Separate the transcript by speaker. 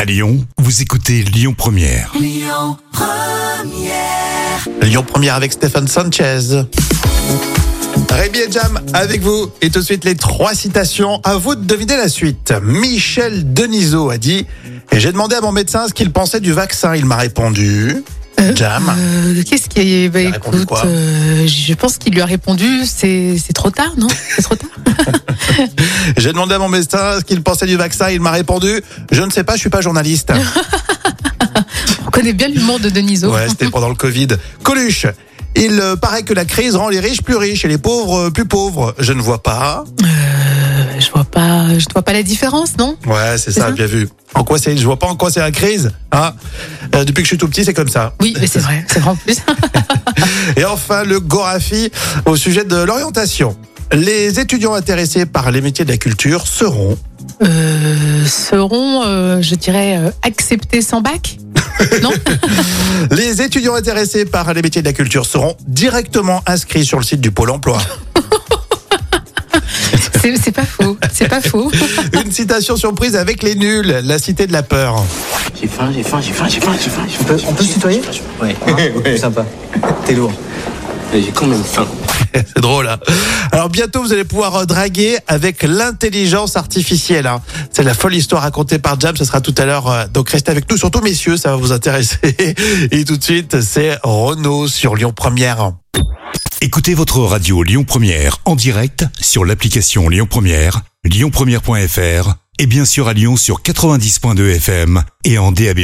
Speaker 1: À Lyon, vous écoutez Lyon Première.
Speaker 2: Lyon Première avec Stéphane Sanchez. Rémi et Jam avec vous. Et tout de suite, les trois citations. À vous de deviner la suite. Michel Denisot a dit Et j'ai demandé à mon médecin ce qu'il pensait du vaccin. Il m'a répondu Jam.
Speaker 3: Euh, Qu'est-ce qui est bah,
Speaker 2: Il a répondu
Speaker 3: écoute,
Speaker 2: quoi
Speaker 3: euh, je pense qu'il lui a répondu c'est c'est trop tard, non C'est trop tard.
Speaker 2: J'ai demandé à mon médecin ce qu'il pensait du vaccin. Il m'a répondu Je ne sais pas, je suis pas journaliste.
Speaker 3: On connaît bien l'humour de Deniso.
Speaker 2: Ouais, c'était pendant le Covid. Coluche. Il euh, paraît que la crise rend les riches plus riches et les pauvres euh, plus pauvres. Je ne vois pas.
Speaker 3: Euh, je vois pas, je vois pas la différence, non
Speaker 2: Ouais, c'est ça,
Speaker 3: ça
Speaker 2: bien vu. En quoi c'est Je vois pas en quoi c'est la crise. Hein Euh, depuis que je suis tout petit, c'est comme ça.
Speaker 3: Oui, mais c'est vrai, c'est vrai en plus.
Speaker 2: Et enfin, le Gorafi au sujet de l'orientation. Les étudiants intéressés par les métiers de la culture seront.
Speaker 3: Euh, seront, euh, je dirais, euh, acceptés sans bac Non
Speaker 2: Les étudiants intéressés par les métiers de la culture seront directement inscrits sur le site du Pôle emploi.
Speaker 3: C'est c'est pas faux, c'est pas faux.
Speaker 2: Une citation surprise avec les nuls, la cité de la peur.
Speaker 4: J'ai faim, j'ai faim, j'ai faim, j'ai faim, j'ai faim. On peut,
Speaker 5: on peut se tutoyer
Speaker 4: Ouais.
Speaker 5: C'est sympa. T'es lourd.
Speaker 4: J'ai quand même faim.
Speaker 2: C'est drôle. hein. Alors bientôt, vous allez pouvoir euh, draguer avec l'intelligence artificielle. hein. C'est la folle histoire racontée par Jam. Ce sera tout à l'heure. euh, Donc restez avec nous, surtout messieurs, ça va vous intéresser. Et tout de suite, c'est Renault sur Lyon Première.
Speaker 1: Écoutez votre radio Lyon Première en direct sur l'application Lyon Première, lyonpremière.fr et bien sûr à Lyon sur 90.2 FM et en DAB+.